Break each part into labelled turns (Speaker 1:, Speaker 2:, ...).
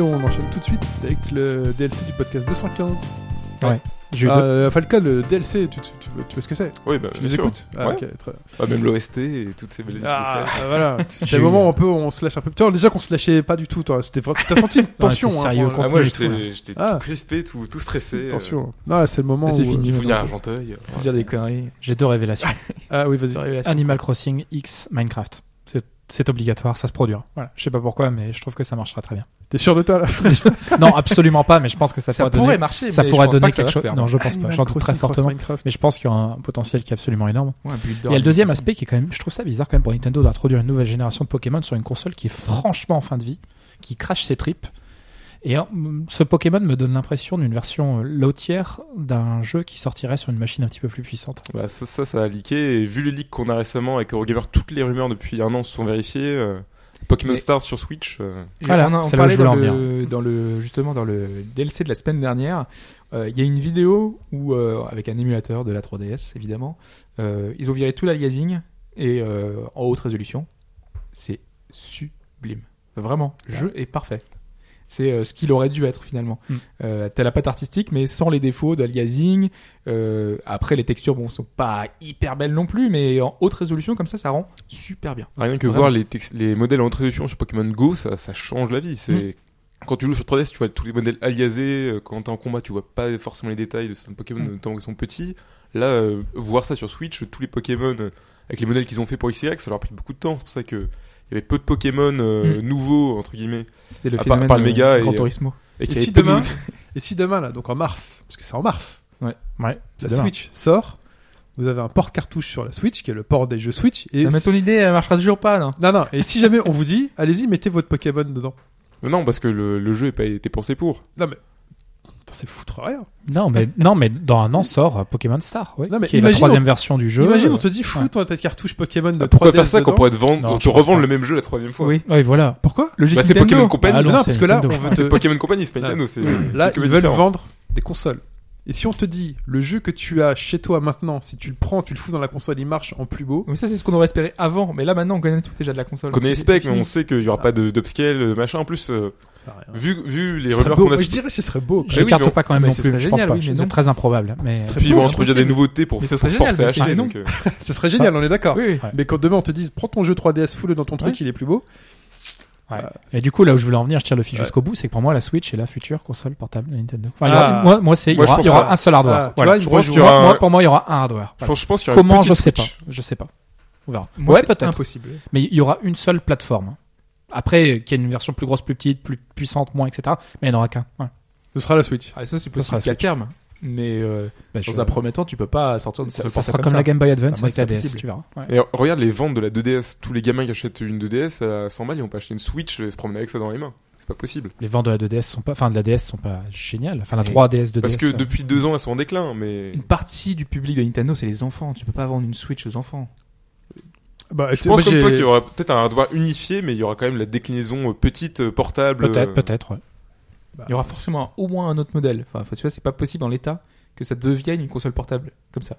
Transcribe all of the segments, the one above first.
Speaker 1: on enchaîne tout de suite avec le DLC du podcast 215.
Speaker 2: J'ai eu deux-
Speaker 1: Euh, Falcon, le DLC, tu, tu- tu vois, tu vois ce que c'est
Speaker 3: Oui, bah,
Speaker 1: Tu
Speaker 3: bien
Speaker 1: les
Speaker 3: sûr.
Speaker 1: écoutes Ah,
Speaker 3: Ouais.
Speaker 1: ok, très bien.
Speaker 3: Ah, même l'OST et toutes ces belles études.
Speaker 1: Ah,
Speaker 4: bah
Speaker 1: euh, voilà. C'est
Speaker 2: J'ai
Speaker 1: le
Speaker 2: eu-
Speaker 1: moment où on peut, on se lâche un peu. Putain, déjà qu'on se lâchait pas du tout, toi. C'était vrai- T'as senti une tension.
Speaker 2: t'es
Speaker 1: hein,
Speaker 2: sérieux,
Speaker 1: pendant-
Speaker 2: quoi.
Speaker 3: Ah, moi,
Speaker 2: contenu et tout,
Speaker 3: j'étais j'étais
Speaker 1: Ah.
Speaker 3: tout crispé, tout, tout stressé. euh,
Speaker 1: Tension. Non, c'est le moment où.
Speaker 4: C'est fini.
Speaker 3: Il faut venir à Argenteuil.
Speaker 4: Faut dire des conneries.
Speaker 2: J'ai deux révélations.
Speaker 1: Ah oui, vas-y.
Speaker 4: Des révélations.
Speaker 2: Animal Crossing X Minecraft. C'est- C'est obligatoire, ça se produira. Voilà. Je sais pas pourquoi, mais je trouve que ça marchera très bien.
Speaker 1: T'es sûr de toi là
Speaker 2: non, absolument pas, mais je pense que ça,
Speaker 4: Ça
Speaker 2: pourra
Speaker 4: pourrait
Speaker 2: donner,
Speaker 4: marcher,
Speaker 2: ça
Speaker 4: mais
Speaker 2: pourra
Speaker 4: je pense
Speaker 2: donner
Speaker 4: pas que ça
Speaker 2: quelque
Speaker 4: va se
Speaker 2: chose.
Speaker 4: faire.
Speaker 2: Non, je pense pas. J'en doute très fortement.
Speaker 1: Minecraft.
Speaker 2: Mais je pense qu'il y aura un potentiel qui est absolument énorme.
Speaker 4: Ouais, un build
Speaker 2: Et il y a le deuxième
Speaker 4: d'or,
Speaker 2: aspect qui est quand même, je trouve ça bizarre quand même pour Nintendo d'introduire une nouvelle génération de Pokémon sur une console qui est franchement en fin de vie, qui crache ses tripes. Et hein, ce Pokémon me donne l'impression d'une version euh, lotière d'un jeu qui sortirait sur une machine un petit peu plus puissante.
Speaker 3: Bah, ça, ça, ça a leaké. Et vu les leaks qu'on a récemment avec Eurogamer, toutes les rumeurs depuis un an se sont vérifiées. euh, Pokémon
Speaker 4: Mais-
Speaker 3: Stars sur Switch. euh,
Speaker 4: Et
Speaker 2: Voilà,
Speaker 4: on, a- on
Speaker 2: c'est là où
Speaker 4: parlait
Speaker 2: je voulais
Speaker 4: dans
Speaker 2: en
Speaker 4: le, dans le- justement dans le DLC de la semaine dernière. euh, Il y a une vidéo où, euh, avec un émulateur de la 3DS évidemment, euh, ils ont viré tout l'aliasing et euh, en haute résolution. C'est sublime. Vraiment, le jeu est parfait. C'est euh, ce qu'il aurait dû être finalement.
Speaker 2: Mm.
Speaker 4: Euh, T'as la patte artistique, mais sans les défauts d'aliasing. Euh, après, les textures bon, sont pas hyper belles non plus, mais en haute résolution, comme ça, ça rend super bien.
Speaker 3: Rien que
Speaker 4: Vraiment.
Speaker 3: voir les, tex- les modèles en haute résolution sur Pokémon Go, ça, ça change la vie. C'est quand tu joues sur 3DS, tu vois tous les modèles aliasés. euh, Quand t'es en combat, tu vois pas forcément les détails de certains Pokémon,
Speaker 2: Mm.
Speaker 3: notamment qu'ils sont petits. Là, euh, voir ça sur Switch, tous les Pokémon euh, avec les modèles qu'ils ont fait pour XY, ça leur a pris beaucoup de temps. C'est pour ça que il y avait peu de Pokémon euh, nouveaux entre guillemets
Speaker 4: C'était le
Speaker 3: À part-
Speaker 4: phénomène
Speaker 3: par le
Speaker 4: euh,
Speaker 3: méga et-
Speaker 4: Gran Turismo.
Speaker 3: et, qu'il
Speaker 1: Et
Speaker 3: y avait
Speaker 1: si
Speaker 3: peu de
Speaker 1: demain,
Speaker 3: nouveaux-
Speaker 1: et si demain là, donc en mars, parce que c'est en mars,
Speaker 2: Ouais,
Speaker 1: la
Speaker 2: demain.
Speaker 1: Switch sort, vous avez un port cartouche sur la Switch, qui est le port des jeux Switch. Et
Speaker 4: Non, mais ton idée, elle marchera toujours pas, non
Speaker 1: non, non, et si jamais on vous dit, allez-y, mettez votre Pokémon dedans.
Speaker 3: non parce que le, le jeu n'a pas été pensé pour.
Speaker 1: Putain, C'est foutre rien.
Speaker 2: Non, mais non, mais dans un an sort euh, Pokémon Star, oui,
Speaker 1: Non, mais
Speaker 2: qui est la
Speaker 1: imagine,
Speaker 2: troisième version du jeu.
Speaker 1: Imagine,
Speaker 2: Euh,
Speaker 1: on te dit, fous
Speaker 2: ouais.
Speaker 1: toi ta cartouche Pokémon de
Speaker 3: Ah, pourquoi
Speaker 1: 3DS
Speaker 3: faire ça qu'on
Speaker 1: dedans.
Speaker 3: pourrait te vendre,
Speaker 2: Non,
Speaker 3: te
Speaker 2: je pense
Speaker 3: revendre
Speaker 2: pas.
Speaker 3: le même jeu la troisième fois.
Speaker 4: Oui.
Speaker 2: Oui, voilà.
Speaker 1: Pourquoi
Speaker 4: Logique
Speaker 3: Bah, c'est
Speaker 4: Nintendo.
Speaker 3: Pokémon Company.
Speaker 2: Ah,
Speaker 1: Non,
Speaker 2: non,
Speaker 1: parce
Speaker 2: c'est
Speaker 1: que là, on
Speaker 2: Nintendo.
Speaker 1: veut te...
Speaker 3: Pokémon Company, c'est pas
Speaker 1: Là-
Speaker 3: Nintendo, c'est
Speaker 1: Là,
Speaker 3: c'est
Speaker 1: ils veulent
Speaker 3: différent.
Speaker 1: vendre des consoles. Et si on te dit, le jeu que tu as chez toi maintenant, si tu le prends, tu le fous dans la console, il marche en plus beau.
Speaker 4: Mais ça, c'est ce qu'on aurait espéré avant. Mais là, maintenant, on connaît tout déjà de la console.
Speaker 3: On connaît les
Speaker 4: C'est-
Speaker 3: specs,
Speaker 4: c'est
Speaker 3: mais on
Speaker 4: fini.
Speaker 3: sait qu'il y aura pas de d'upscale, euh, machin. En plus, euh,
Speaker 1: Ça sert à rien.
Speaker 3: vu, vu les
Speaker 1: Ce serait
Speaker 3: rumeurs
Speaker 1: beau.
Speaker 3: qu'on a
Speaker 1: Moi, je dirais que ce serait beau.
Speaker 3: Mais oui,
Speaker 2: J'écarte
Speaker 3: mais on-
Speaker 2: pas quand même
Speaker 4: mais
Speaker 2: non
Speaker 4: ce
Speaker 2: plus.
Speaker 4: serait
Speaker 2: Je pense
Speaker 4: génial,
Speaker 2: pas.
Speaker 4: oui, mais
Speaker 2: c'est
Speaker 4: non.
Speaker 2: très improbable, mais
Speaker 1: serait
Speaker 3: puis ils
Speaker 1: beau,
Speaker 3: vont introduire des
Speaker 4: impossible.
Speaker 3: nouveautés pour
Speaker 4: Mais
Speaker 3: pour
Speaker 4: ce serait
Speaker 3: forcer à
Speaker 4: génial, mais
Speaker 3: acheter. donc,
Speaker 4: c'est-
Speaker 3: euh,
Speaker 1: Ce serait génial, on est d'accord.
Speaker 4: Oui, oui.
Speaker 2: Ouais.
Speaker 1: Mais quand demain on te dise prends ton jeu 3DS, fous-le dans ton truc,
Speaker 2: Ouais.
Speaker 1: il est plus beau.
Speaker 2: Et du coup, là où je voulais en venir, je tire le fil
Speaker 1: Ouais.
Speaker 2: jusqu'au bout, c'est que pour moi, la Switch est la future console portable de Nintendo. Enfin,
Speaker 1: Ah.
Speaker 2: il y aura- moi, moi, c'est, il y
Speaker 3: Moi, je
Speaker 2: aura,
Speaker 3: pense
Speaker 2: il y aura
Speaker 3: pas.
Speaker 2: un seul hardware.
Speaker 1: Ah, tu
Speaker 2: Voilà.
Speaker 1: vois,
Speaker 3: Je
Speaker 1: une
Speaker 3: pense
Speaker 1: grosse-
Speaker 3: qu'il y
Speaker 2: Moi-
Speaker 3: aura un-
Speaker 2: moi, pour moi, il y aura un hardware.
Speaker 3: je
Speaker 2: Voilà.
Speaker 3: pense- je pense qu'il y aura une
Speaker 2: Comment,
Speaker 3: petite
Speaker 2: je sais pas.
Speaker 3: Switch.
Speaker 2: Je sais pas. On verra.
Speaker 4: Moi,
Speaker 2: ouais,
Speaker 4: c'est
Speaker 2: peut-être.
Speaker 4: Impossible.
Speaker 2: Mais il y aura une seule plateforme. Après, qu'il y ait une version plus grosse, plus petite, plus puissante, moins, etc. Mais il n'y en aura qu'un. Ouais. Bah,
Speaker 1: Ce sera la Switch.
Speaker 4: Ah, ça, c'est
Speaker 2: sera
Speaker 4: possible
Speaker 2: la
Speaker 4: qu'à
Speaker 2: Switch.
Speaker 4: terme. Mais euh,
Speaker 2: Bah, je-
Speaker 4: dans un premier temps, tu peux pas sortir de
Speaker 2: ça,
Speaker 4: ce
Speaker 2: ça
Speaker 4: portable
Speaker 2: sera comme, la Game Boy Advance
Speaker 4: Ah, moi,
Speaker 2: avec
Speaker 4: c'est
Speaker 2: la
Speaker 4: pas
Speaker 2: DS,
Speaker 4: possible.
Speaker 2: tu verras. Ouais.
Speaker 3: Et regarde les ventes de la 2DS. Tous les gamins qui achètent une 2DS à 100 balles, ils vont pas acheter une Switch et se promener avec ça dans les mains. C'est pas possible.
Speaker 2: Les ventes de la 2DS sont pas, enfin, de la DS sont pas euh, géniales. Enfin, la
Speaker 4: Mais-
Speaker 2: 3DS, 2DS.
Speaker 3: Parce que
Speaker 2: euh,
Speaker 3: depuis deux ans, elles sont en déclin, mais.
Speaker 2: Bah,
Speaker 4: Une partie du public de Nintendo, c'est les enfants. Tu peux pas vendre une Switch aux enfants.
Speaker 1: Bah,
Speaker 3: Je pense comme toi qu'il y aura peut-être un hardware unifié, mais il y aura quand même la déclinaison euh, petite, euh, portable.
Speaker 2: Peut-être,
Speaker 3: euh,
Speaker 2: peut-être, ouais.
Speaker 4: Il y aura forcément au moins un autre modèle. Enfin, faut- tu vois, c'est pas possible dans l'état que ça devienne une console portable comme ça.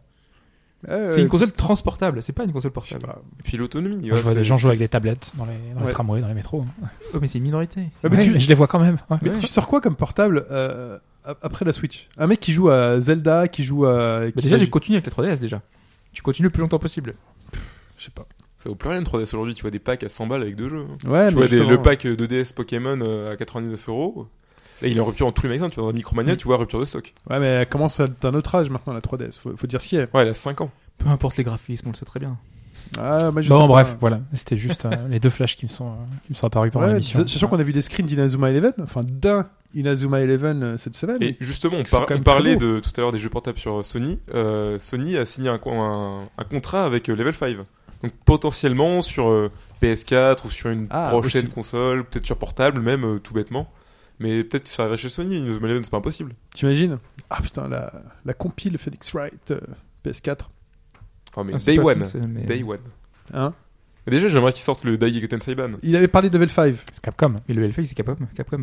Speaker 1: Euh,
Speaker 4: C'est une console transportable, c'est pas une console portable.
Speaker 3: Et puis l'autonomie.
Speaker 2: Moi,
Speaker 3: ouais,
Speaker 2: je vois
Speaker 3: c'est-
Speaker 2: des gens jouer avec
Speaker 3: c'est-
Speaker 2: des tablettes dans les, dans les
Speaker 1: Ouais.
Speaker 2: tramways, dans les métros. hein.
Speaker 4: Oh, mais c'est une minorité.
Speaker 1: mais
Speaker 2: Ouais,
Speaker 1: tu-
Speaker 2: mais je les vois quand même. ouais.
Speaker 1: Mais tu sors quoi comme portable euh, ap- après la Switch Un mec qui joue à Zelda, qui joue à.
Speaker 4: Bah,
Speaker 1: qui
Speaker 4: déjà,
Speaker 1: va-
Speaker 4: j'ai continué avec la 3DS déjà. Tu continues le plus longtemps possible.
Speaker 1: Je sais pas.
Speaker 3: Ça vaut plus rien une 3DS aujourd'hui. Tu vois des packs à 100 balles avec deux jeux. hein.
Speaker 1: Ouais,
Speaker 3: tu
Speaker 1: mais
Speaker 3: vois des-
Speaker 1: justement,
Speaker 3: le pack euh, 2DS Pokémon euh, à 99 euros. Là, il est en rupture en tous les magasins. Tu vas dans
Speaker 1: Mm.
Speaker 3: Micromania, tu vois rupture de stock.
Speaker 1: Ouais, mais elle commence à être un autre âge maintenant, la 3DS. Faut, faut dire ce qu'il y a.
Speaker 3: Ouais, elle a 5 ans.
Speaker 4: Peu importe les graphismes, on le sait très bien.
Speaker 1: Ah, moi, je sais
Speaker 2: Bon,
Speaker 1: pas.
Speaker 2: bref, voilà. C'était juste euh, les deux flashs qui me sont, euh, qui me sont apparus pendant
Speaker 1: Ouais,
Speaker 2: l'émission.
Speaker 1: sachant qu'on a vu des screens d'Inazuma Eleven, enfin d'un Inazuma Eleven euh, cette semaine.
Speaker 3: Et justement, on,
Speaker 1: Ils sont
Speaker 3: par-
Speaker 1: quand même
Speaker 3: on parlait
Speaker 1: très
Speaker 3: de tout à l'heure des jeux portables sur euh, Sony. Euh, Sony a signé un, co- un- un contrat avec euh, Level 5. Donc potentiellement sur euh, PS4 ou sur une
Speaker 1: Ah,
Speaker 3: prochaine
Speaker 1: possible.
Speaker 3: console, peut-être sur portable même, euh, tout bêtement. Mais peut-être ça arriverait chez Sony. Nous Eleven, c'est pas impossible.
Speaker 1: T'imagines Ah putain, la, la compile Phoenix Wright euh, PS4.
Speaker 3: Ah, mais
Speaker 4: Ah, c'est
Speaker 3: Day
Speaker 4: pas
Speaker 3: One.
Speaker 4: fixe, mais-
Speaker 3: Day One.
Speaker 1: Hein
Speaker 3: Mais Déjà, j'aimerais qu'ils sortent le Daigekuten Saiban.
Speaker 1: Il avait parlé de Level 5.
Speaker 2: C'est Capcom.
Speaker 4: Mais le Level 5, c'est Capcom. Capcom.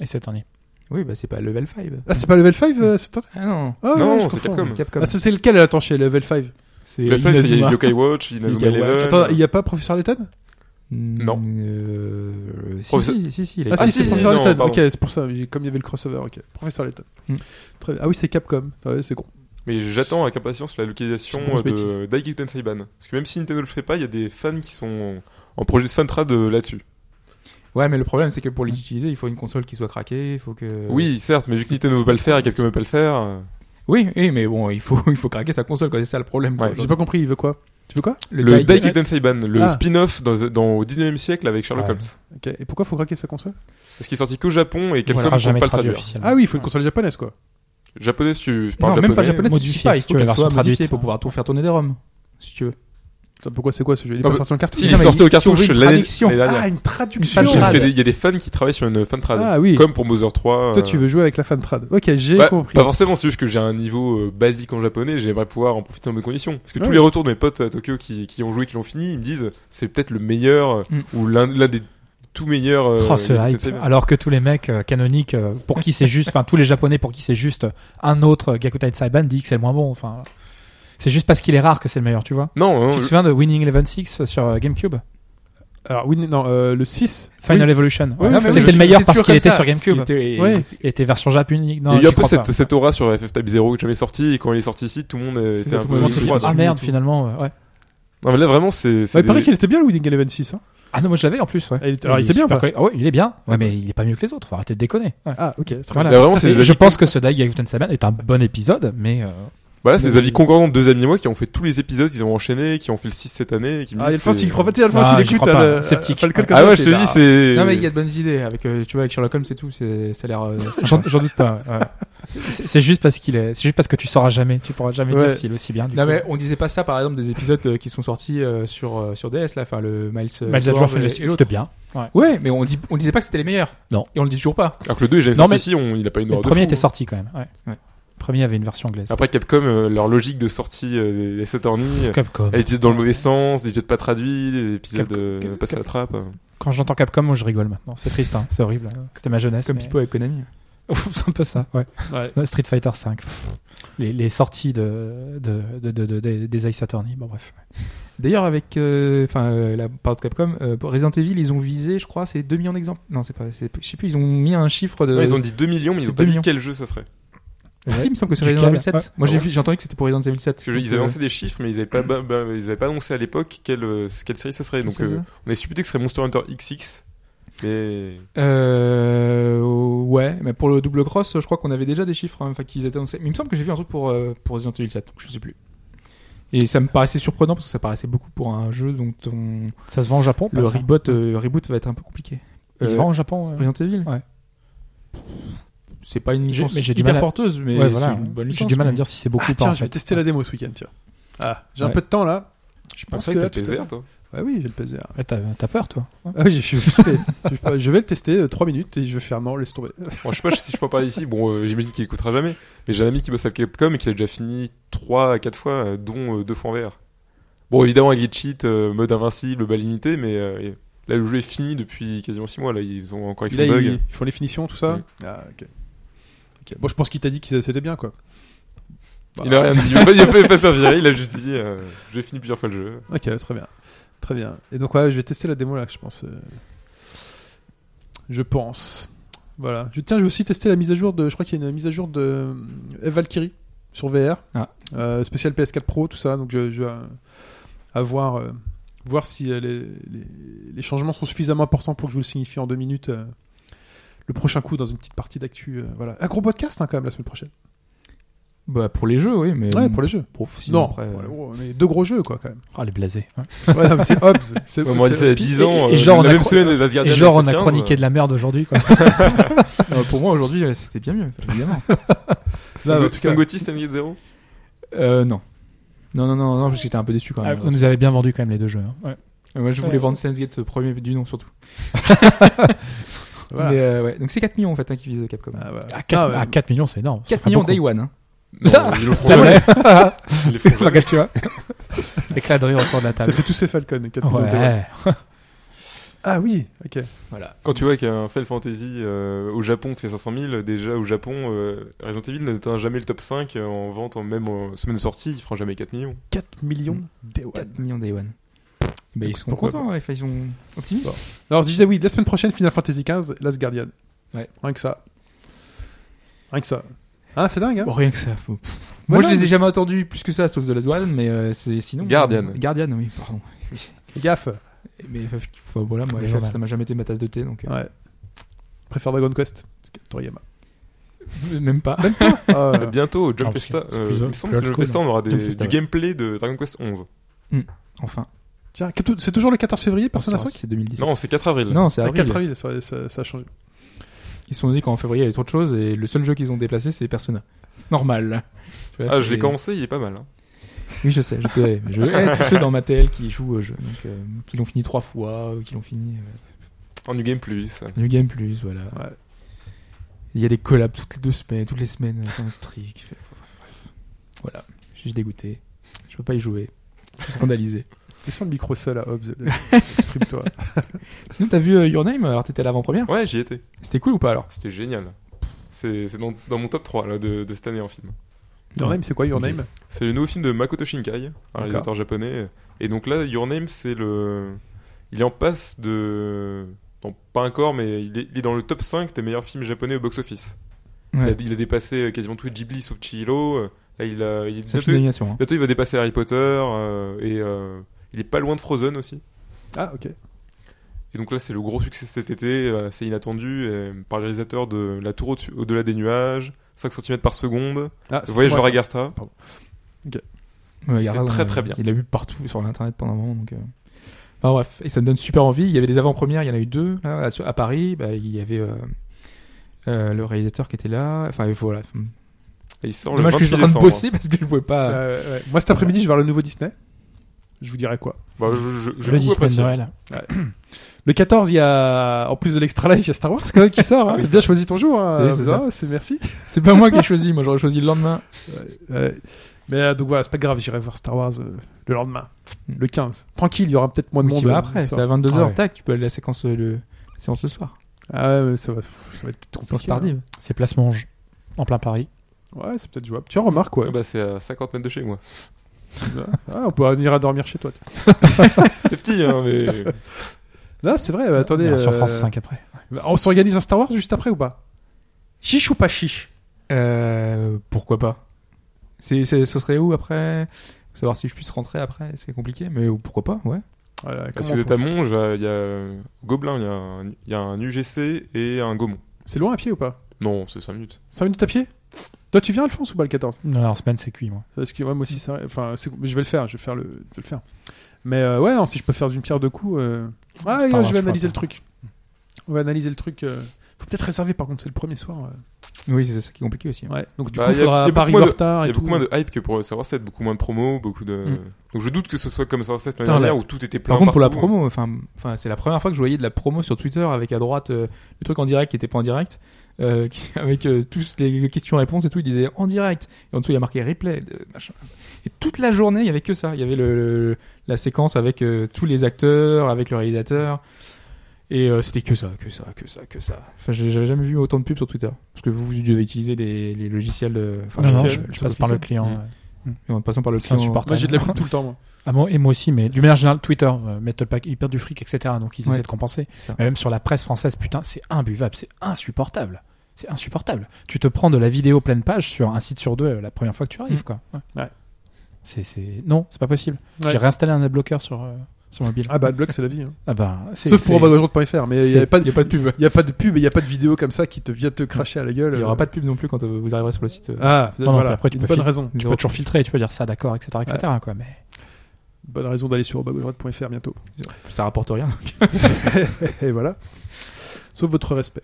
Speaker 2: Et c'est le dernier.
Speaker 4: Oui, bah c'est pas Level 5.
Speaker 1: Ah, c'est pas Level 5 euh, c'est toi
Speaker 4: Ah non,
Speaker 1: Ah,
Speaker 3: Non,
Speaker 1: je
Speaker 3: c'est
Speaker 1: confonds.
Speaker 3: Capcom.
Speaker 4: c'est Capcom.
Speaker 1: Ah, c'est c'est lequel attends chez Level 5
Speaker 4: c'est
Speaker 3: Level 5, c'est
Speaker 4: Inazuma.
Speaker 3: Yokai Watch, Inazuma
Speaker 4: Yokai Watch.
Speaker 3: Eleven.
Speaker 1: Attends, il n'y a pas Professeur Layton
Speaker 4: Mm,
Speaker 3: Non.
Speaker 4: euh, euh, si,
Speaker 3: Professeur-
Speaker 4: si, si, si, il a
Speaker 1: Ah, si,
Speaker 4: été-
Speaker 3: si,
Speaker 1: c'est
Speaker 3: si,
Speaker 1: Professeur
Speaker 3: non,
Speaker 1: Layton.
Speaker 3: pardon.
Speaker 1: Ok, c'est pour ça. j'ai- Comme il y avait le crossover, ok.
Speaker 2: Mm.
Speaker 1: Professeur Layton.
Speaker 4: Hmm.
Speaker 1: Très bien. Ah oui, c'est Capcom. Ouais, c'est con.
Speaker 3: Mais j'attends avec impatience la localisation euh,
Speaker 1: C'est une grosse
Speaker 3: de Daiki Saiban. Parce que même si Nintendo le fait pas, il y a des fans qui sont en projet de fantrad euh, là-dessus.
Speaker 4: Ouais, mais le problème, c'est que pour les utiliser, il faut une console qui soit craquée, il faut que.
Speaker 3: Oui, certes, mais vu que Nintendo veut pas le faire et Capcom veut pas le faire, euh,
Speaker 4: Oui, oui, mais bon, il faut, il faut craquer sa console, quoi. C'est ça le problème. quoi.
Speaker 3: Ouais,
Speaker 1: J'ai pas compris, il veut quoi Tu veux quoi
Speaker 3: le
Speaker 4: Dai-
Speaker 3: Daiki Saiban, le
Speaker 1: Ah.
Speaker 3: spin-off dans, dans- au 19 e siècle avec Sherlock
Speaker 2: Ouais.
Speaker 3: Holmes.
Speaker 1: Ok. Et pourquoi faut craquer sa console
Speaker 3: Parce qu'il est sorti qu'au Japon et
Speaker 2: Il
Speaker 3: Capcom
Speaker 2: sera
Speaker 3: ne
Speaker 2: jamais
Speaker 3: peut pas le
Speaker 2: traduit
Speaker 3: traduire.
Speaker 2: officiellement.
Speaker 1: Ah oui, il faut une console japonaise quoi.
Speaker 3: Japonais, si tu
Speaker 4: Non,
Speaker 3: parles
Speaker 4: même pas
Speaker 3: japonais.
Speaker 4: japonais, si tu
Speaker 2: Modifié,
Speaker 4: sais pas, il
Speaker 2: tu
Speaker 4: faut
Speaker 2: veux
Speaker 4: qu'elle
Speaker 2: la
Speaker 4: soit
Speaker 2: version traduite.
Speaker 4: modifiée pour pouvoir tout faire tourner des ROM, si tu veux.
Speaker 1: Attends, Pourquoi c'est quoi ce jeu Ah bah, Il est
Speaker 3: Non,
Speaker 1: pas
Speaker 3: mais-
Speaker 1: sorti en cartouche
Speaker 3: Si, il
Speaker 4: Non,
Speaker 3: est
Speaker 4: mais
Speaker 3: sorti au
Speaker 4: si on veut
Speaker 3: cartouche
Speaker 4: une
Speaker 3: l'année
Speaker 4: traduction.
Speaker 3: l'année dernière.
Speaker 1: Ah, une traduction.
Speaker 4: Une
Speaker 3: Parce
Speaker 4: trad.
Speaker 3: qu'il y a des- il y a des fans qui travaillent sur une fantrad.
Speaker 1: Ah oui.
Speaker 3: Comme pour Mother 3.
Speaker 1: Toi,
Speaker 3: euh,
Speaker 1: tu veux jouer avec la fantrad. Ok, j'ai
Speaker 3: Bah,
Speaker 1: compris.
Speaker 3: Pas forcément, c'est juste que j'ai un niveau euh, basique en japonais, j'aimerais pouvoir en profiter en bonnes conditions. Parce que
Speaker 1: Ouais.
Speaker 3: tous les retours de mes potes à Tokyo qui, qui ont joué, qui l'ont fini, ils me disent c'est peut-être le meilleur euh,
Speaker 4: Mm.
Speaker 3: ou l'un l'un des tout meilleurs. euh,
Speaker 2: Oh, ce
Speaker 3: Yakuza
Speaker 2: hype.
Speaker 3: Seven.
Speaker 2: Alors que tous les mecs euh, canoniques, euh, pour qui c'est juste, enfin tous les japonais pour qui c'est juste euh, un autre euh, Gakutai Saiban dit que c'est le moins bon. Enfin, c'est juste parce qu'il est rare que c'est le meilleur, tu vois.
Speaker 3: Non, hein, euh, non,
Speaker 2: Tu te
Speaker 3: je-
Speaker 2: souviens de Winning Eleven Six sur euh, GameCube,
Speaker 1: Alors, oui, non, euh, le 6.
Speaker 2: Final
Speaker 1: oui.
Speaker 2: Evolution.
Speaker 1: Oui,
Speaker 2: Ouais,
Speaker 1: non, mais
Speaker 2: C'était
Speaker 1: oui,
Speaker 2: le meilleur
Speaker 4: c'est
Speaker 2: parce
Speaker 4: toujours
Speaker 2: qu'il
Speaker 4: comme
Speaker 2: était
Speaker 4: ça,
Speaker 2: sur
Speaker 4: parce qu'il
Speaker 2: GameCube.
Speaker 4: était-
Speaker 1: Ouais.
Speaker 2: Il était version Jap unique. Non,
Speaker 3: il y a eu
Speaker 2: j'y
Speaker 3: après
Speaker 2: crois
Speaker 3: cette,
Speaker 2: pas.
Speaker 3: cette aura sur FF-Type 0 que j'avais sorti, et quand il est sorti ici, tout le monde euh,
Speaker 4: C'est
Speaker 3: était un
Speaker 4: ça,
Speaker 3: peu.
Speaker 4: tout le monde
Speaker 3: déçu.
Speaker 4: s'en fout.
Speaker 2: Ah
Speaker 4: sur
Speaker 2: merde,
Speaker 4: YouTube.
Speaker 2: finalement, euh, ouais.
Speaker 3: Non, mais là vraiment, c'est. c'est
Speaker 1: Ouais, il paraît
Speaker 3: des-
Speaker 1: qu'il était bien le Winning Eleven 6. Hein.
Speaker 2: Ah non, moi je l'avais en plus, ouais.
Speaker 1: Ah, il était- alors, il était
Speaker 2: est
Speaker 1: bien,
Speaker 2: super
Speaker 1: quoi.
Speaker 2: collé- Ah ouais, il est bien. Ouais, mais il est pas mieux que les autres. Faut arrêter de déconner. Ouais.
Speaker 1: Ah, ok. très
Speaker 2: Voilà.
Speaker 3: Là, vraiment, c'est
Speaker 2: Et
Speaker 3: des avis-
Speaker 2: je pense que ce Dai Gakuten Saban est un bon épisode, mais euh,
Speaker 3: Voilà, c'est des
Speaker 1: Mais-
Speaker 3: avis concordants de deux amis et moi qui ont fait tous les épisodes, ils ont enchaîné, qui ont fait le 6 cette année. et Qui me
Speaker 1: Ah,
Speaker 3: disent,
Speaker 1: Alphonse,
Speaker 3: c'est-
Speaker 1: il croit pas. Tu sais, Alphonse,
Speaker 2: Ah,
Speaker 1: il
Speaker 2: j'y
Speaker 1: écoute
Speaker 2: crois
Speaker 1: à
Speaker 2: pas.
Speaker 1: le-
Speaker 2: Sceptique.
Speaker 1: à Falcon
Speaker 3: Ah ouais,
Speaker 1: Crochet,
Speaker 3: je te
Speaker 1: bah, il fait,
Speaker 3: dis, c'est.
Speaker 4: Non, mais il y a de bonnes idées avec, euh, tu vois, avec Sherlock Holmes et tout, c'est- ça a l'air. euh, sympa.
Speaker 2: j'en j'en doute pas. ouais. C'est c'est juste parce qu'il est, c'est juste parce que tu sauras jamais, tu pourras jamais
Speaker 1: Ouais.
Speaker 2: dire s'il est aussi bien. Du
Speaker 4: Non
Speaker 2: coup.
Speaker 4: mais on disait pas ça par exemple des épisodes euh, qui sont sortis euh, sur euh, sur DS là, enfin le Miles. euh,
Speaker 2: Miles Edgeworth
Speaker 4: Edgeworth et- et
Speaker 2: University,
Speaker 4: l'autre.
Speaker 2: c'était bien.
Speaker 4: Ouais, mais on dit on disait pas que c'était les meilleurs.
Speaker 2: Non.
Speaker 4: Et on le dit toujours pas.
Speaker 3: Alors que le 2 est jamais
Speaker 2: Non,
Speaker 3: sorti
Speaker 2: mais-
Speaker 3: ici, on- il a pas eu une
Speaker 2: Le
Speaker 3: aura de
Speaker 2: premier
Speaker 3: fou,
Speaker 2: était
Speaker 3: hein.
Speaker 2: sorti quand même. Ouais.
Speaker 4: Ouais.
Speaker 2: Le premier avait une version anglaise.
Speaker 3: Après Capcom, euh, leur logique de sortie euh, des 7 ornies,
Speaker 2: Capcom.
Speaker 3: Des épisodes dans le mauvais sens, des épisodes pas traduits, des épisodes
Speaker 4: Cap-
Speaker 3: de
Speaker 4: Cap-
Speaker 3: passer à la trappe.
Speaker 2: Quand j'entends Capcom, moi je rigole maintenant. C'est triste, hein. c'est horrible. C'était ma jeunesse.
Speaker 4: Comme
Speaker 2: mais-
Speaker 4: Pipo avec Konami.
Speaker 2: Ouf, c'est un peu ça. Ouais.
Speaker 1: Ouais.
Speaker 2: Ouais, Street Fighter 5. Les, les sorties de, de, de, de- de- de- des Ice Attorney. Bon bref.
Speaker 4: D'ailleurs avec, euh, enfin euh, la part de Capcom, euh, pour Resident Evil ils ont visé, je crois, c'est 2 millions d'exemples. Non, c'est pas, c'est- je sais plus, ils ont mis un chiffre de.
Speaker 3: Ouais, ils ont dit 2 millions, mais ils
Speaker 4: c'est
Speaker 3: ont pas
Speaker 4: 2
Speaker 3: dit
Speaker 4: millions.
Speaker 3: quel jeu ça serait.
Speaker 4: Ah, si, il me semble que c'est
Speaker 2: Duquel,
Speaker 4: Resident Evil 7.
Speaker 2: ouais.
Speaker 4: Moi
Speaker 3: Ah
Speaker 4: j'ai
Speaker 3: bon
Speaker 4: vu- j'ai entendu que c'était pour Resident Evil euh, 7.
Speaker 3: Parce que je- ils avaient lancé des chiffres, mais ils avaient pas, bah, bah, ils avaient pas annoncé à l'époque quelle, euh, quelle série ça serait. Donc
Speaker 4: C'est
Speaker 3: euh,
Speaker 4: ça.
Speaker 3: on est supputé que ce serait Monster Hunter XX. Mais
Speaker 4: Euh, ouais, mais pour le double cross, je crois qu'on avait déjà des chiffres, hein, enfin qu'ils étaient annoncés. Mais il me semble que j'ai vu un truc pour, euh, pour Resident Evil 7, donc je sais plus. Et ça me paraissait surprenant parce que ça paraissait beaucoup pour un jeu dont on-
Speaker 2: Ça se vend au Japon
Speaker 4: le
Speaker 2: pas, ça
Speaker 4: reboot, euh, reboot va être un peu compliqué.
Speaker 2: Il se
Speaker 4: Euh,
Speaker 2: vend au Japon. euh.
Speaker 4: Resident Evil
Speaker 2: Ouais.
Speaker 4: C'est pas une
Speaker 2: J'ai-
Speaker 4: licence
Speaker 2: mais j'ai du
Speaker 4: hyper
Speaker 2: mal à-
Speaker 4: porteuse, mais
Speaker 2: Ouais,
Speaker 4: c'est
Speaker 2: voilà.
Speaker 4: une bonne
Speaker 2: J'ai
Speaker 4: licence.
Speaker 2: du mal à
Speaker 4: mais-
Speaker 2: me dire si c'est beaucoup
Speaker 1: Ah,
Speaker 2: ou pas.
Speaker 1: tiens,
Speaker 2: en
Speaker 1: je vais
Speaker 2: fait.
Speaker 1: tester la démo ce week-end, tiens. Ah, j'ai un
Speaker 4: Ouais.
Speaker 1: peu de temps là. Je
Speaker 3: ah,
Speaker 1: pense
Speaker 3: c'est vrai que
Speaker 1: là, tout
Speaker 3: t'as
Speaker 1: à
Speaker 3: plaisir, toi.
Speaker 1: l'heure- Ouais, oui, j'ai le plaisir.
Speaker 2: Ouais, T'as t'as peur, toi
Speaker 1: Ah oui, je, je- je- je vais le tester 3 minutes et je vais faire non, laisse tomber.
Speaker 3: Bon, je sais pas si je peux en parler ici, bon, euh, j'imagine qu'il écoutera jamais. Mais j'ai un ami qui bosse à Capcom et qui l'a déjà fini 3 à 4 fois, euh, dont 2 fois en vert. Bon, évidemment, il y a cheat, euh, mode invincible, bas limité, mais euh, et- là le jeu est fini depuis quasiment 6 mois. Là, ils ont encore
Speaker 1: Là,
Speaker 3: écrit bug.
Speaker 1: ils, ils font les finitions, tout ça.
Speaker 3: Oui.
Speaker 1: Ah, ok. Ok. Bon, je pense qu'il t'a dit que c'était bien, quoi. Bah,
Speaker 3: Il a rien dit, il a pas, il a pas, il a pas servi, il a juste dit euh, j'ai fini plusieurs fois le jeu.
Speaker 1: Ok, très bien. Très bien. Et donc, ouais, je vais tester la démo là, je pense. euh. Je pense. Voilà. Je, tiens, je vais aussi tester la mise à jour de. Je crois qu'il y a une mise à jour de euh, F Valkyrie sur VR.
Speaker 4: Ah.
Speaker 1: Euh, spécial PS4 Pro, tout ça. Donc, je, je vais euh, à voir, euh, voir si euh, les, les- les changements sont suffisamment importants pour que je vous le signifie en deux minutes. euh, le prochain coup dans une petite partie d'actu. euh, voilà. Un gros podcast hein, quand même la semaine prochaine.
Speaker 4: Bah, pour les jeux, oui, mais.
Speaker 1: Ouais, pour les jeux.
Speaker 4: Prof, sinon
Speaker 1: Non,
Speaker 4: après, euh,
Speaker 1: Ouais, on est deux gros jeux quoi quand même.
Speaker 2: Oh, les blasés. hein.
Speaker 1: Ouais, non, mais c'est Hobbs. C'est
Speaker 3: Au moins,
Speaker 1: c'est-
Speaker 3: il y a 10
Speaker 2: et-
Speaker 3: ans,
Speaker 2: et
Speaker 3: euh,
Speaker 2: genre, on
Speaker 3: la
Speaker 2: a
Speaker 3: même
Speaker 2: cro-
Speaker 3: semaine, les Asgardiens
Speaker 2: Et genre, on a
Speaker 3: 2015,
Speaker 2: chroniqué de la merde aujourd'hui, quoi.
Speaker 4: euh, pour moi aujourd'hui, euh, c'était bien mieux, évidemment.
Speaker 2: Ah,
Speaker 1: Non, mais en
Speaker 3: Stungo-
Speaker 1: tout cas-
Speaker 3: Stungotti, Stungotti Zero
Speaker 4: Euh, non. Non, non, non, non, parce que j'étais un peu déçu quand
Speaker 2: Ah,
Speaker 4: même.
Speaker 2: on nous avait bien vendu quand même les deux jeux. hein.
Speaker 4: Euh, Moi, je voulais
Speaker 2: Ouais.
Speaker 4: vendre Sense Gate, ce premier du nom surtout.
Speaker 1: Voilà.
Speaker 4: Mais, euh, ouais. Donc c'est 4 millions en fait hein, qui vise Capcom.
Speaker 1: Ah, bah.
Speaker 2: À 4,
Speaker 1: Ah, ouais.
Speaker 2: à 4 millions, c'est énorme.
Speaker 4: 4 millions day one. Hein.
Speaker 3: Non,
Speaker 2: Ça,
Speaker 3: ils le font
Speaker 2: La
Speaker 3: jamais,
Speaker 2: monnaie.
Speaker 3: ils le font jamais.
Speaker 2: Regarde, tu vois. Éclat de rire autour de la
Speaker 1: Ça
Speaker 2: table.
Speaker 1: fait tous ces Falcon. les quatre millions de dollars.
Speaker 2: Ouais.
Speaker 1: Ah oui, ok.
Speaker 3: Quand tu vois qu'un Final Fantasy euh, au Japon fait 500 000, déjà au Japon, euh, Resident Evil n'atteint jamais le top 5 en
Speaker 1: Mm.
Speaker 3: vente, en même en semaine de sortie, il fera jamais 4 millions.
Speaker 1: 4 millions Day One.
Speaker 4: 4 millions day one. Mais ils
Speaker 1: Écoute,
Speaker 4: sont
Speaker 1: pourquoi
Speaker 4: contents, ouais, ils sont optimistes.
Speaker 1: Alors, je disais oui, la semaine prochaine, Final Fantasy XV, Last Guardian.
Speaker 4: Ouais.
Speaker 1: Rien que ça. Rien que ça. Hein, c'est dingue, hein
Speaker 4: Bon, rien que ça. faut- Moi,
Speaker 1: Ouais,
Speaker 4: je
Speaker 1: non,
Speaker 4: les ai
Speaker 1: mais-
Speaker 4: jamais entendus plus que ça, sauf The Last One, mais euh, c'est sinon.
Speaker 3: Guardian.
Speaker 4: Guardian, oui, pardon.
Speaker 1: Gaffe.
Speaker 4: Mais enfin, enfin, voilà, moi,
Speaker 2: Le
Speaker 4: FF,
Speaker 2: journal.
Speaker 4: ça m'a jamais été ma tasse de thé, donc euh,
Speaker 1: Ouais. Je Préfère Dragon Quest. Parce qu'il y a Toriyama.
Speaker 4: même pas.
Speaker 1: Ah,
Speaker 3: Euh, Bientôt, John
Speaker 2: Ah,
Speaker 3: Festa,
Speaker 2: c'est- c'est
Speaker 3: euh,
Speaker 2: plus-
Speaker 3: il me semble
Speaker 2: plus
Speaker 3: que
Speaker 2: old
Speaker 3: John
Speaker 2: school,
Speaker 3: Festa, on aura des-
Speaker 2: Jump Festa,
Speaker 3: du
Speaker 2: ouais.
Speaker 3: gameplay de Dragon Quest 11.
Speaker 4: Enfin,
Speaker 1: Tiens, qu'est- c'est toujours le 14 février, Persona
Speaker 4: on saura
Speaker 1: 5
Speaker 4: si c'est 2017.
Speaker 3: Non, c'est 4 avril.
Speaker 4: Non, c'est
Speaker 1: Le
Speaker 4: avril.
Speaker 1: 4 avril, ça, ça- ça a changé.
Speaker 4: Ils se sont dit qu'en février, il y avait trop de choses et le seul jeu qu'ils ont déplacé, c'est Persona. Normal. Tu vois,
Speaker 3: Ah,
Speaker 4: c'est-
Speaker 3: je l'ai commencé, il est pas mal. hein.
Speaker 4: Oui, je sais, je te hais. Mais Je hais tous ceux dans ma TL qui jouent au jeu, donc, euh, qui l'ont fini trois fois, ou qui l'ont fini euh,
Speaker 3: En New Game Plus.
Speaker 4: New Game Plus, voilà.
Speaker 1: Ouais.
Speaker 4: Il y a des collabs toutes les deux semaines, toutes les semaines, euh, dans le truc. Bref. Voilà, je suis dégoûté. Je peux pas y jouer. Je suis scandalisé.
Speaker 1: Laissons le micro seul à Hobbs. Exprime-toi.
Speaker 4: Sinon, t'as vu euh, Your Name Alors, t'étais à l'avant-première
Speaker 3: Ouais, j'y étais.
Speaker 4: C'était cool ou pas alors
Speaker 3: C'était génial. C'est c'est dans, dans mon top 3 là, de, de cette année en film.
Speaker 1: Your Name, c'est quoi Your Name
Speaker 3: C'est le nouveau film de Makoto Shinkai, un
Speaker 1: D'accord.
Speaker 3: réalisateur japonais. Et donc là, Your Name, c'est le. Il est en passe de. non, pas encore, mais il est, il est dans le top 5 des meilleurs films japonais au box-office. Il, a-
Speaker 4: Ouais.
Speaker 3: il a dépassé euh, quasiment tout Ghibli sauf Chihiro. Euh, Là, il, a, il,
Speaker 4: C'est une
Speaker 3: bientôt,
Speaker 4: animation. hein.
Speaker 3: bientôt, il va dépasser Harry Potter. euh, et euh, il est pas loin de Frozen aussi.
Speaker 1: Ah, ok.
Speaker 3: Et donc là, c'est le gros succès cet été, euh, c'est inattendu, euh, par le réalisateur de La Tour au-dessus- au-delà des nuages, 5 cm par seconde,
Speaker 1: Ah, c'est-
Speaker 3: Voyage
Speaker 1: c'est
Speaker 3: vers
Speaker 1: moi,
Speaker 3: Agartha.
Speaker 4: Ouais,
Speaker 3: C'était
Speaker 4: Garland,
Speaker 3: très,
Speaker 4: euh,
Speaker 3: très bien.
Speaker 4: Il l'a vu partout sur l'internet pendant un moment. Donc, euh. Enfin, bref, et ça me donne super envie. Il y avait des avant-premières, il y en a eu deux. Là, à, à Paris, bah, il y avait euh, euh, le réalisateur qui était là. Enfin, il faut- voilà.
Speaker 3: Et il sort le
Speaker 4: Dommage que je
Speaker 3: 28
Speaker 4: suis en train
Speaker 3: décembre.
Speaker 4: de
Speaker 3: hein.
Speaker 4: bosser parce que je pouvais
Speaker 1: ça.
Speaker 4: pas.
Speaker 1: Euh, ouais. Moi, cet après-midi, je vais voir le nouveau Disney. Je vous dirai quoi.
Speaker 3: Bah, je, je, je
Speaker 2: le
Speaker 3: beaucoup
Speaker 2: Disney de
Speaker 3: apprécie.
Speaker 2: Noël.
Speaker 1: Le 14, il y a, en plus de l'extra live, il y a Star
Speaker 4: Ah
Speaker 1: Wars quand même qui sort. Hein.
Speaker 3: Oui,
Speaker 1: T'as bien choisi ton jour. hein,
Speaker 4: T'as vu, c'est
Speaker 1: Hamza, c'est merci.
Speaker 4: C'est pas moi qui ai choisi. Moi, j'aurais choisi le lendemain.
Speaker 1: Ouais. mais euh, donc voilà, c'est pas grave, j'irai voir Star Wars euh, le lendemain, le 15. Tranquille, il y aura peut-être moins de
Speaker 4: Oui,
Speaker 1: monde.
Speaker 4: tu vas
Speaker 1: euh,
Speaker 4: après.
Speaker 1: ce
Speaker 4: C'est
Speaker 1: soir.
Speaker 4: à 22h.
Speaker 2: Ah ouais.
Speaker 4: Tac, tu peux aller à la séquence euh, le la séance le soir.
Speaker 1: Ah ouais, mais ça va, pff, ça va être plus
Speaker 4: Séance
Speaker 1: compliqué.
Speaker 4: tardive.
Speaker 2: C'est Place Monge, en plein Paris.
Speaker 1: hein. Ouais, c'est peut-être jouable. Tu en remarques, ouais.
Speaker 3: Ah bah, c'est à 50 mètres de chez moi.
Speaker 1: Ah, on peut venir à dormir chez toi.
Speaker 3: C'est petit, hein, mais.
Speaker 1: Non, c'est vrai, bah, attendez.
Speaker 2: On ira sur
Speaker 1: euh,
Speaker 2: France 5 après.
Speaker 1: bah, On s'organise un Star Wars juste après ou pas Chiche ou pas chiche
Speaker 4: Euh, pourquoi pas C'est, c'est- ce serait où après Faut Savoir si je puisse rentrer après, c'est compliqué. Mais pourquoi pas Ouais.
Speaker 1: Voilà,
Speaker 3: Parce
Speaker 1: comment
Speaker 3: que vous
Speaker 1: on
Speaker 3: êtes à
Speaker 1: pense
Speaker 3: Monge, euh, il y a euh, Gobelin, il y a un- il y, a un UGC et un Gaumont.
Speaker 1: C'est loin à pied ou pas
Speaker 3: Non, c'est 5 minutes.
Speaker 1: 5 minutes à pied Toi, tu viens, Alphonse, ou pas le 14
Speaker 2: Non, en semaine, c'est cuit, moi.
Speaker 1: Parce que ouais, moi aussi, ça, enfin, c'est- je vais le faire, je vais faire le, je vais le faire. Mais euh, ouais, non, si je peux faire d'une pierre deux coups, euh, ah,
Speaker 2: Star
Speaker 1: gars,
Speaker 2: Wars,
Speaker 1: je
Speaker 2: je
Speaker 1: vais analyser
Speaker 2: crois
Speaker 1: le truc. On va analyser le truc. euh, Faut peut-être réserver, par contre, c'est le premier soir. euh.
Speaker 4: Oui, c'est ça qui est compliqué aussi. hein.
Speaker 1: Ouais. Donc du
Speaker 3: Bah,
Speaker 1: coup,
Speaker 3: y
Speaker 1: il
Speaker 3: a- y a
Speaker 1: faudra
Speaker 3: beaucoup
Speaker 1: Paris
Speaker 3: moins
Speaker 1: en
Speaker 3: de-
Speaker 1: retard
Speaker 2: Ah,
Speaker 3: Il
Speaker 1: et
Speaker 3: y a
Speaker 1: tout.
Speaker 3: beaucoup moins de hype que pour Savoir 7, beaucoup moins de promos, beaucoup de.
Speaker 2: Hmm.
Speaker 4: Mm.
Speaker 3: Donc je doute que ce soit comme Savoir 7 l'année
Speaker 4: Putain,
Speaker 3: dernière
Speaker 4: la-
Speaker 3: où tout était plein.
Speaker 4: Par contre, pour la
Speaker 3: partout.
Speaker 4: promo, enfin, enfin, c'est la première fois que je voyais de la promo sur Twitter avec à droite euh, le truc en direct qui était pas en direct, euh, qui- avec euh, tous les questions-réponses et tout. Il disait en direct. Et en dessous, il y a marqué replay. de- machin. Et toute la journée, il y avait que ça. Il y avait le, le- la séquence avec euh, tous les acteurs, avec le réalisateur. Et euh, c'était que ça, que ça, que ça, que ça. Enfin, j'ai- j'avais jamais vu autant de pubs sur Twitter. Parce que vous, vous devez utiliser des, les logiciels. euh, enfin,
Speaker 2: Non, non, je,
Speaker 4: officiels,
Speaker 2: je passe par le
Speaker 4: officiels.
Speaker 2: client.
Speaker 3: Mm.
Speaker 2: ouais.
Speaker 4: Et En passant par le
Speaker 2: C'est un
Speaker 4: client.
Speaker 2: support.
Speaker 1: Moi, j'ai de la pub tout le temps. Moi.
Speaker 2: Ah bon, et moi aussi, mais du manière générale, Twitter, euh, Metal Pack, ils perdent du fric, etc. Donc ils
Speaker 4: Ouais.
Speaker 2: essaient de compenser.
Speaker 4: C'est ça.
Speaker 2: Mais même sur la presse française, putain, c'est imbuvable, c'est insupportable. C'est insupportable. Tu te prends de la vidéo pleine page sur un site sur deux euh, la première fois que tu arrives, quoi.
Speaker 1: Ouais.
Speaker 2: C'est, c'est... Non, c'est pas possible.
Speaker 1: Ouais.
Speaker 2: J'ai réinstallé un adblocker sur, euh, sur mobile.
Speaker 1: Ah bah, Adblock, c'est la vie. hein.
Speaker 2: Ah bah, c'est,
Speaker 1: Sauf
Speaker 2: c'est-
Speaker 1: pour Bagagement.fr, mais il
Speaker 2: c'est-
Speaker 1: n'y a pas
Speaker 4: Il
Speaker 1: de.
Speaker 4: n'y a pas de pub.
Speaker 1: Il n'y a pas de pub et il n'y a pas de vidéo comme ça qui te vient te cracher à la gueule.
Speaker 4: Il n'y aura
Speaker 1: euh.
Speaker 4: pas de pub non plus quand euh, vous arriverez sur le site. euh,
Speaker 1: Ah,
Speaker 2: Non, non,
Speaker 1: voilà.
Speaker 2: puis après, tu
Speaker 1: Une
Speaker 2: peux
Speaker 1: bonne
Speaker 2: fil-
Speaker 1: raison.
Speaker 2: Tu peux toujours filtrer, tu peux dire ça, d'accord, etc., etc., quoi. Mais
Speaker 1: Bonne raison d'aller sur bagagement.fr bientôt.
Speaker 4: Ça rapporte rien.
Speaker 1: et voilà. Sauf votre respect.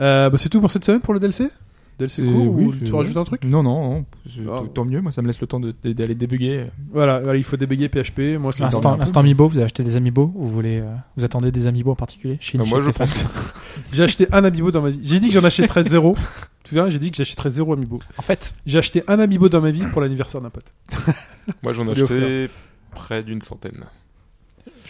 Speaker 1: Euh, bah, c'est tout pour cette semaine pour le DLC DLC
Speaker 4: C'est-
Speaker 1: court
Speaker 4: oui,
Speaker 1: ou
Speaker 4: c'est-
Speaker 1: tu rajoutes un truc
Speaker 4: Non, non, non, c'est-
Speaker 1: Ah.
Speaker 4: t- tant mieux. Moi, ça me laisse le temps de- de- d'aller débuguer.
Speaker 1: Voilà, voilà, il faut débayer PHP. Moi, c'est
Speaker 2: l'instant,
Speaker 1: dormir un peu.
Speaker 2: l'instant Amiibo, vous avez acheté des Amiibo Vous voulez, euh, vous attendez des Amiibo en particulier Chez
Speaker 3: Ah,
Speaker 2: chez
Speaker 3: moi, je
Speaker 2: Stéphane.
Speaker 1: J'ai acheté un amiibo dans ma vie. J'ai dit que j'en achèterais zéro. Tu vois, j'ai dit que j'achèterais zéro amiibo.
Speaker 2: En fait,
Speaker 1: J'ai acheté un amiibo dans ma vie pour l'anniversaire d'un pote.
Speaker 3: Moi j'en ai
Speaker 1: Lui
Speaker 3: acheté près d'une centaine.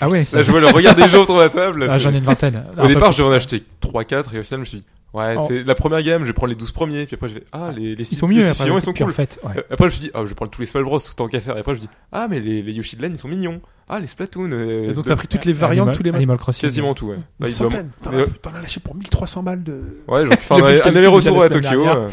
Speaker 2: ah ouais.
Speaker 3: Là, je vois le regard des gens autour de la table.
Speaker 2: Ah,
Speaker 3: c'est-
Speaker 2: j'en ai une vingtaine. Ah, Un
Speaker 3: Au
Speaker 2: peu
Speaker 3: départ,
Speaker 2: plus.
Speaker 3: j'en ai acheté 3-4 et au final, je me suis dit, Ouais,
Speaker 2: Oh.
Speaker 3: c'est la première gamme, je prends les 12 premiers, puis après je fais ah les les
Speaker 2: Ils
Speaker 3: six-
Speaker 2: sont
Speaker 3: les
Speaker 2: mieux
Speaker 3: six
Speaker 2: après.
Speaker 3: suivants, ils sont
Speaker 2: Puis en
Speaker 3: cool.
Speaker 2: fait, ouais.
Speaker 3: Euh, Après je me dis ah je prends tous les Smash Bros tant qu'à faire. Et après je dis ah mais les, les Yoshi de laine ils sont mignons. Ah les Splatoon. euh,
Speaker 1: Et donc
Speaker 3: de-
Speaker 1: t'as pris toutes les variantes,
Speaker 2: Animal-
Speaker 1: tous les maps.
Speaker 2: Animal Crossing.
Speaker 3: quasiment tout. Ouais.
Speaker 1: Une
Speaker 3: Là, il doit-
Speaker 1: centaine. T'en
Speaker 3: Mais,
Speaker 1: as- T'en as lâché pour 1300 balles de.
Speaker 3: Ouais, genre, faire
Speaker 2: Le calcul
Speaker 3: un, un
Speaker 2: déjà
Speaker 3: aller-retour
Speaker 2: la
Speaker 3: à
Speaker 2: semaine
Speaker 3: Tokyo.
Speaker 2: dernière.
Speaker 3: euh.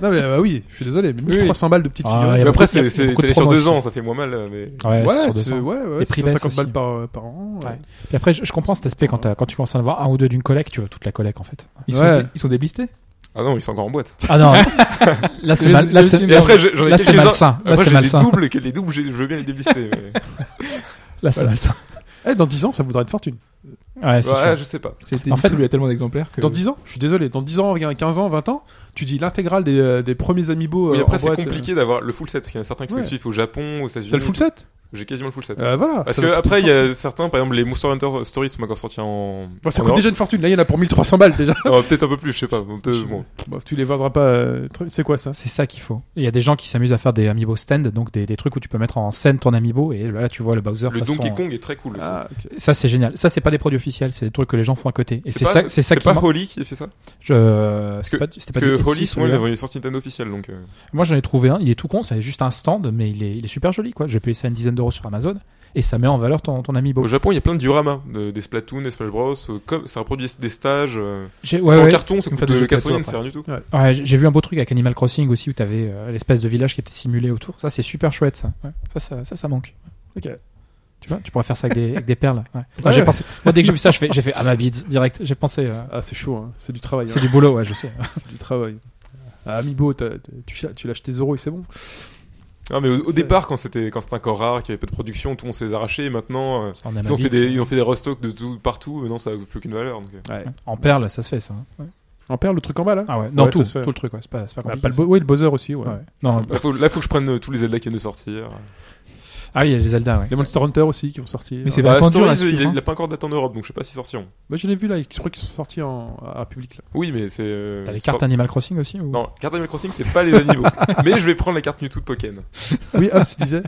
Speaker 1: Non mais bah oui, je suis désolé, mais
Speaker 3: Oui.
Speaker 1: 1300 balles de petites
Speaker 2: Ah,
Speaker 1: figurines.
Speaker 2: y a
Speaker 3: Mais
Speaker 2: beaucoup-
Speaker 3: après
Speaker 2: y a
Speaker 3: c'est c'est
Speaker 2: beaucoup de
Speaker 3: t'es allé sur
Speaker 2: promos
Speaker 3: deux
Speaker 2: aussi.
Speaker 3: ans, ça fait moins mal. euh, Mais
Speaker 2: Ouais, c'est sur
Speaker 1: Ouais,
Speaker 2: 200.
Speaker 1: c'est ouais, ouais,
Speaker 2: Les prix baissent
Speaker 1: 50 balles
Speaker 2: aussi.
Speaker 1: par, par an.
Speaker 2: Ouais. Puis après, je, je comprends cet aspect quand, t'as- quand tu commences à en avoir un ou deux d'une collecte, tu veux toute la collecte en fait.
Speaker 4: Ils sont,
Speaker 1: Ouais.
Speaker 4: dé- ils sont déblistés.
Speaker 3: ah non, ils sont encore en boîte.
Speaker 2: Ah non, là c'est
Speaker 4: Les-
Speaker 2: mal- là,
Speaker 4: les-
Speaker 2: c'est-
Speaker 4: les-
Speaker 3: Et
Speaker 2: là,
Speaker 3: après
Speaker 2: c'est-
Speaker 3: je- j'en ai
Speaker 2: là, c'est
Speaker 3: quelques-uns.
Speaker 2: malsain. Là
Speaker 3: Après
Speaker 2: c'est
Speaker 3: j'ai des
Speaker 2: malsain.
Speaker 3: doubles, que les doubles, j'ai- je veux bien les déblister. mais-
Speaker 2: Là c'est
Speaker 1: Voilà.
Speaker 2: malsain.
Speaker 1: Eh, dans 10 ans, ça voudra une fortune.
Speaker 2: Ouais, c'est
Speaker 3: Ouais,
Speaker 2: sûr.
Speaker 3: je sais pas.
Speaker 4: C'était
Speaker 2: En fait-
Speaker 4: distribué à tellement d'exemplaires que.
Speaker 1: Dans 10 ans, je suis désolé, dans 10 ans, il y a 15 ans, 20 ans, tu dis l'intégrale des, euh, des premiers amiibo.
Speaker 3: Oui,
Speaker 1: euh,
Speaker 3: après
Speaker 1: en
Speaker 3: c'est
Speaker 1: boîte, euh.
Speaker 3: compliqué d'avoir le full set. parce qu'il y en a certains qui sont
Speaker 1: Ouais.
Speaker 3: exclusifs au Japon, aux
Speaker 1: T'as
Speaker 3: États-Unis.
Speaker 1: le full set
Speaker 3: J'ai quasiment le full set.
Speaker 1: Euh, Voilà.
Speaker 3: Parce
Speaker 1: ça
Speaker 3: que
Speaker 1: va coûter
Speaker 3: après,
Speaker 1: une
Speaker 3: il y
Speaker 1: fortune.
Speaker 3: a certains, par exemple, les Monster Hunter Stories sont encore sortis en.
Speaker 1: Bon, ça
Speaker 3: en
Speaker 1: coûte
Speaker 3: Europe.
Speaker 1: déjà une fortune. Là, il y en a pour 1300 balles déjà.
Speaker 3: Ah, Peut-être un peu plus, je sais pas. Peut-être- Euh, bon.
Speaker 1: Bon, tu les vendras pas. euh, truc- C'est quoi ça
Speaker 2: C'est ça qu'il faut. Il y a des gens qui s'amusent à faire des amiibo stand, donc des, des trucs où tu peux mettre en scène ton amiibo et là tu vois le Bowser
Speaker 3: Le
Speaker 2: façon-
Speaker 3: Donkey Kong est très cool. aussi.
Speaker 1: Ah, ok.
Speaker 2: Ça c'est génial. Ça c'est pas des produits officiels, c'est des trucs que les gens font à côté. Et c'est
Speaker 3: pas-
Speaker 2: ça, c'est ça
Speaker 3: C'est
Speaker 2: qui.
Speaker 3: pas
Speaker 2: manque.
Speaker 3: Holly qui a fait ça
Speaker 2: Je...
Speaker 3: Parce
Speaker 2: c'était
Speaker 3: que-
Speaker 2: pas- c'était pas
Speaker 3: Parce que
Speaker 2: du Etsy,
Speaker 3: Holly, souvent, il
Speaker 2: celui-là.
Speaker 3: avait une sortie Nintendo officielle. Donc, euh,
Speaker 2: Moi j'en ai trouvé un, il est tout con, c'est juste un stand, mais il est, il est super joli quoi. J'ai payé ça une dizaine d'euros sur Amazon et ça met en valeur ton, ton amiibo.
Speaker 3: Au Japon, il y a plein de dioramas, de- des Splatoon, des Smash Bros. euh, comme- Ça reproduit des- des stages. euh,
Speaker 2: J'ai
Speaker 3: c'est
Speaker 2: ouais,
Speaker 3: en
Speaker 2: ouais.
Speaker 3: carton, ça
Speaker 4: Comme
Speaker 3: coûte
Speaker 4: ça, des jeux
Speaker 3: 400 yens,
Speaker 4: plateaux,
Speaker 3: c'est rien du tout.
Speaker 2: Ouais, j'ai j'ai vu un beau truc avec Animal Crossing aussi où t'avais euh, l'espèce de village qui était simulé autour. Ça c'est super chouette ça. Ouais. Ça, ça. ça ça manque.
Speaker 1: Ok.
Speaker 2: Tu vois, tu pourrais faire ça avec des, avec des perles. Ouais. Enfin,
Speaker 1: Ouais.
Speaker 2: j'ai pensé. Moi dès que j'ai vu ça, je fais- j'ai fait ah ma bide direct. J'ai pensé. euh,
Speaker 1: Ah, c'est chaud, hein. c'est du travail.
Speaker 2: C'est
Speaker 1: hein.
Speaker 2: du boulot, ouais, je sais.
Speaker 1: C'est du travail. Ah, Amiibo, t'as- t'as- tu, ch- tu lâches tes euros et c'est bon.
Speaker 3: Non, mais au, au départ, quand c'était quand c'était encore rare, qu'il y avait peu de production, tout le monde s'est arraché. Et maintenant, euh,
Speaker 2: En
Speaker 3: ils ont, fait des, ils ont fait des restocks de tout partout. mais non, ça n'a plus aucune valeur. donc, euh.
Speaker 2: En perles, ça se fait ça.
Speaker 1: On perd le truc en bas là
Speaker 2: Ah ouais, non,
Speaker 1: Ouais,
Speaker 2: tout,
Speaker 1: ça se fait.
Speaker 2: tout le truc, ouais. c'est pas, c'est pas
Speaker 1: Ah,
Speaker 2: compliqué.
Speaker 1: pas le bo- Oui, le buzzer aussi, ouais.
Speaker 2: ça. Ouais. Non,
Speaker 3: Là, faut, là, faut que je prenne euh, tous les Zelda qui viennent de sortir.
Speaker 2: ah oui, il y a les Zelda, ouais.
Speaker 1: Les Monster Hunter aussi qui vont sortir.
Speaker 4: Mais c'est
Speaker 3: Bah,
Speaker 4: vachement dur à
Speaker 3: Stories, il,
Speaker 4: suivre, hein.
Speaker 3: il a pas encore date en Europe, donc je sais pas s'ils sortiront.
Speaker 1: Moi, bah, je l'ai vu là, je crois qu'ils sont sortis en... à à public là.
Speaker 3: Oui, mais c'est. euh,
Speaker 2: T'as les
Speaker 3: sort-
Speaker 2: cartes Animal Crossing aussi ou...
Speaker 3: Non, carte Animal Crossing, c'est pas les animaux. mais je vais prendre la carte Mewtwo de Pokémon.
Speaker 1: Oui, Hobbs disait.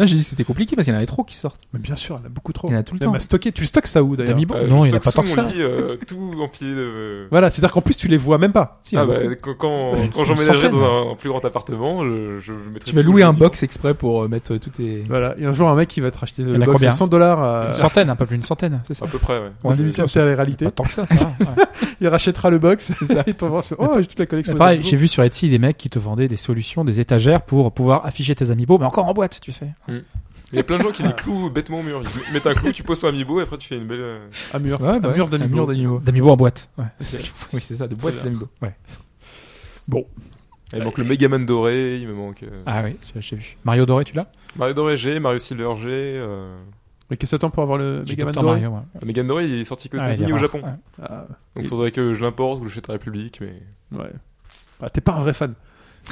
Speaker 4: Non, j'ai dit que c'était compliqué parce qu'il y en avait trop qui sortent.
Speaker 1: Mais bien sûr, elle a beaucoup trop.
Speaker 4: Il y en a tout le
Speaker 1: Oh. Mais
Speaker 4: temps.
Speaker 1: elle m'a stocké. Tu stockes ça où
Speaker 2: T'as
Speaker 1: d'ailleurs
Speaker 2: mis bon
Speaker 3: Euh,
Speaker 2: Non,
Speaker 3: je
Speaker 2: il a pas
Speaker 3: stocke
Speaker 2: tant que
Speaker 3: sous
Speaker 2: ça.
Speaker 3: mon lit, euh, tout empilé de.
Speaker 1: Voilà, c'est-à-dire qu'en plus, tu les vois même pas.
Speaker 4: Si,
Speaker 3: ah
Speaker 4: on-
Speaker 3: bah, quand quand,
Speaker 2: Une
Speaker 3: quand j'emménagerai
Speaker 2: centaine.
Speaker 3: dans un, un plus grand appartement, je, je mettrai.
Speaker 4: Tu vas
Speaker 3: tous
Speaker 4: louer
Speaker 3: les
Speaker 4: un
Speaker 3: animaux.
Speaker 4: box exprès pour euh, mettre tous tes.
Speaker 1: Voilà, et un jour, un mec, il va te racheter le
Speaker 2: en a
Speaker 1: box
Speaker 2: combien
Speaker 1: à 100 dollars euh,
Speaker 2: Une
Speaker 1: à.
Speaker 2: centaine, un peu plus d'une centaine, c'est ça.
Speaker 3: À peu près, ouais.
Speaker 1: En
Speaker 2: Ouais,
Speaker 1: émission,
Speaker 2: mais-
Speaker 1: c'est la réalité.
Speaker 2: Pas tant que ça, ça va, ouais.
Speaker 1: Il rachètera le box, et ton vendeur fait, Oh, j'ai toute la collection.
Speaker 2: Mais
Speaker 1: des
Speaker 2: Pareil,
Speaker 1: amiibo.
Speaker 2: j'ai vu sur Etsy des mecs qui te vendaient des solutions, des étagères pour pouvoir afficher tes amiibo, mais encore en boîte, tu sais.
Speaker 3: Il y a plein de gens qui les clouent bêtement au mur. Ils mettent un clou, tu poses un amiibo et après tu fais une belle. euh,
Speaker 1: Un mur.
Speaker 4: Ouais, bah
Speaker 1: un
Speaker 4: ouais,
Speaker 1: mur d'amiibo.
Speaker 4: d'animaux.
Speaker 2: D'amiibo en boîte. Ouais.
Speaker 4: Oui, c'est ça, de boîtes
Speaker 1: bien.
Speaker 4: d'animaux.
Speaker 3: Il manque le Megaman doré, il me manque. euh,
Speaker 2: Ah oui, celui-là, je l'ai vu. Mario Doré, tu l'as
Speaker 3: Mario doré G, Mario Silver G. Euh...
Speaker 1: Mais qu'est-ce que t'attends pour avoir le
Speaker 2: J'ai
Speaker 1: Megaman
Speaker 2: Dr.
Speaker 1: doré
Speaker 2: Mario, ouais.
Speaker 3: le Megaman doré, il est sorti que aux
Speaker 2: Ah, il est
Speaker 3: États-Unis ou au
Speaker 2: rare,
Speaker 3: Japon.
Speaker 2: ouais.
Speaker 1: Ah,
Speaker 3: Donc
Speaker 1: Et-
Speaker 3: faudrait que je l'importe ou que je jette à la République, mais.
Speaker 1: ouais. Ah, t'es pas un vrai fan.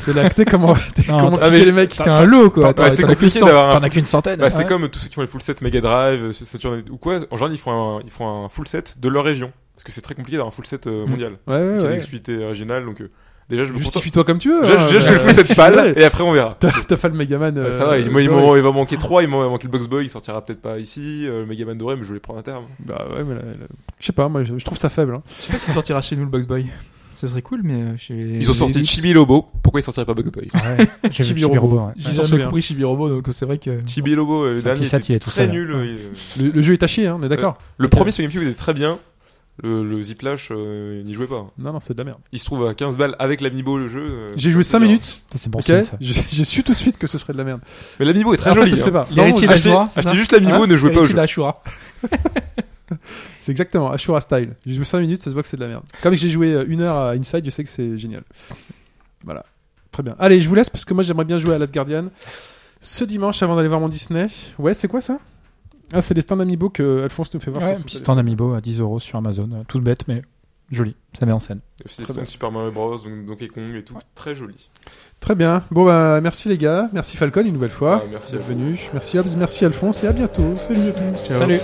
Speaker 1: C'est là que t'es comment, t'es
Speaker 2: Non,
Speaker 1: comment
Speaker 3: t'as-
Speaker 1: kicker
Speaker 3: mais-
Speaker 1: les mecs.
Speaker 2: T'as un lot, quoi.
Speaker 3: Ouais,
Speaker 2: T'en-
Speaker 3: c'est
Speaker 2: t'en as qu'une
Speaker 3: compliqué
Speaker 2: cent-
Speaker 3: d'avoir un
Speaker 2: T'en as qu'une centaine.
Speaker 3: Bah, c'est
Speaker 2: Ah ouais.
Speaker 3: comme tous ceux qui font le full set Mega Drive, euh, Saturn ou quoi. En général, ils font un, ils font un full set de leur région. Parce que c'est très compliqué d'avoir un full set euh,
Speaker 2: Mm.
Speaker 3: mondial.
Speaker 1: Ouais, ouais,
Speaker 3: C'est une
Speaker 1: ouais.
Speaker 3: exclusivité régionale, donc euh, déjà, je me contente-
Speaker 1: Justifie-toi comme tu veux.
Speaker 3: Déjà,
Speaker 1: hein,
Speaker 3: déjà, je fais
Speaker 1: euh,
Speaker 3: le full set pâle et après on verra.
Speaker 1: T'as t'as fait le Megaman.
Speaker 3: Ouais,
Speaker 1: euh,
Speaker 3: ça va, il, moi, il
Speaker 1: doré.
Speaker 3: m'en- il va manquer 3, il m'en- il va manquer le Box Boy, il sortira peut-être pas ici, euh, le Megaman doré, mais je vais les prendre à terme.
Speaker 1: Bah ouais, mais là, là, je sais pas, moi je je trouve ça faible. hein.
Speaker 4: Je sais pas s'il sortira chez nous le Box Boy. Ça serait cool, mais euh, chez.
Speaker 3: Ils ont sorti Chibi Lobo, pourquoi ils sortiraient pas Box Boy
Speaker 2: Ah ouais, J'ai vu
Speaker 1: Chibi
Speaker 2: Chibi
Speaker 1: Robot.
Speaker 2: Robot, ouais.
Speaker 1: Ouais,
Speaker 4: J'ai
Speaker 1: j'en
Speaker 4: jamais
Speaker 1: souviens.
Speaker 4: compris Chibi-Robo, donc c'est vrai que.
Speaker 3: Chibi Lobo, euh, le
Speaker 2: C'est un
Speaker 3: dernier,
Speaker 2: petit sat, il
Speaker 3: était
Speaker 2: est tout
Speaker 3: très
Speaker 2: seul.
Speaker 3: nul. euh,
Speaker 1: Le, le jeu est taché, hein, on est d'accord
Speaker 3: Le premier sur GameCube était très bien, le, le Ziplash, euh, n'y jouait pas.
Speaker 1: Non, non, c'est de la merde.
Speaker 3: Il se trouve à 15 balles avec l'amiibo, le jeu. euh,
Speaker 1: J'ai joué
Speaker 3: c'est
Speaker 1: 5
Speaker 3: bien.
Speaker 1: minutes,
Speaker 2: Ça, c'est bon
Speaker 1: ok
Speaker 2: signe, ça.
Speaker 1: J'ai j'ai su tout de suite que ce serait de la merde.
Speaker 3: Mais l'amiibo est très
Speaker 1: Après,
Speaker 3: joli.
Speaker 1: ça se fait
Speaker 3: hein.
Speaker 1: pas.
Speaker 4: Il y a
Speaker 1: Non, Hein
Speaker 4: Eti
Speaker 1: on-
Speaker 3: achetez-
Speaker 4: d'Ashura, c'est
Speaker 3: achetez
Speaker 4: ça
Speaker 3: juste l'amiibo, ne jouez pas au
Speaker 4: Héritier
Speaker 3: jeu.
Speaker 4: d'Ashura.
Speaker 1: C'est exactement, Ashura Style. J'ai joué 5 minutes, ça se voit que c'est de la merde. Comme j'ai joué euh, une heure à Inside, je sais que c'est génial. Voilà. Très bien. Allez, je vous laisse parce que moi j'aimerais bien jouer à Last Guardian ce dimanche avant d'aller voir mon Disney. Ouais, c'est quoi ça Ah, c'est les stands amiibo que Alphonse nous fait voir.
Speaker 2: Ouais,
Speaker 1: sur son
Speaker 2: piston d'amiibo à 10 euros sur Amazon. euh, Toute bête, mais jolie. Ça met en scène.
Speaker 3: Aussi,
Speaker 1: Très
Speaker 3: ils sont
Speaker 1: bien.
Speaker 3: Super Mario Bros, donc Donkey Kong et tout, très joli.
Speaker 1: téléphone. Très bien. Bon, bah merci les gars. Merci Falcon une nouvelle fois.
Speaker 3: Ah, merci à vous.
Speaker 1: Bienvenue. Merci Hobbs, merci Alphonse et à bientôt. Salut à tous. Ciao.
Speaker 2: Salut.